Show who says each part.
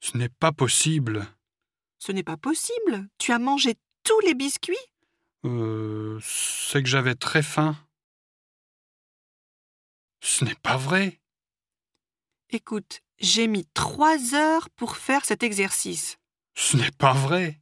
Speaker 1: Ce n'est pas possible.
Speaker 2: Ce n'est pas possible. Tu as mangé tous les biscuits
Speaker 1: Euh, c'est que j'avais très faim. Ce n'est pas vrai.
Speaker 2: Écoute, j'ai mis trois heures pour faire cet exercice.
Speaker 1: Ce n'est pas vrai.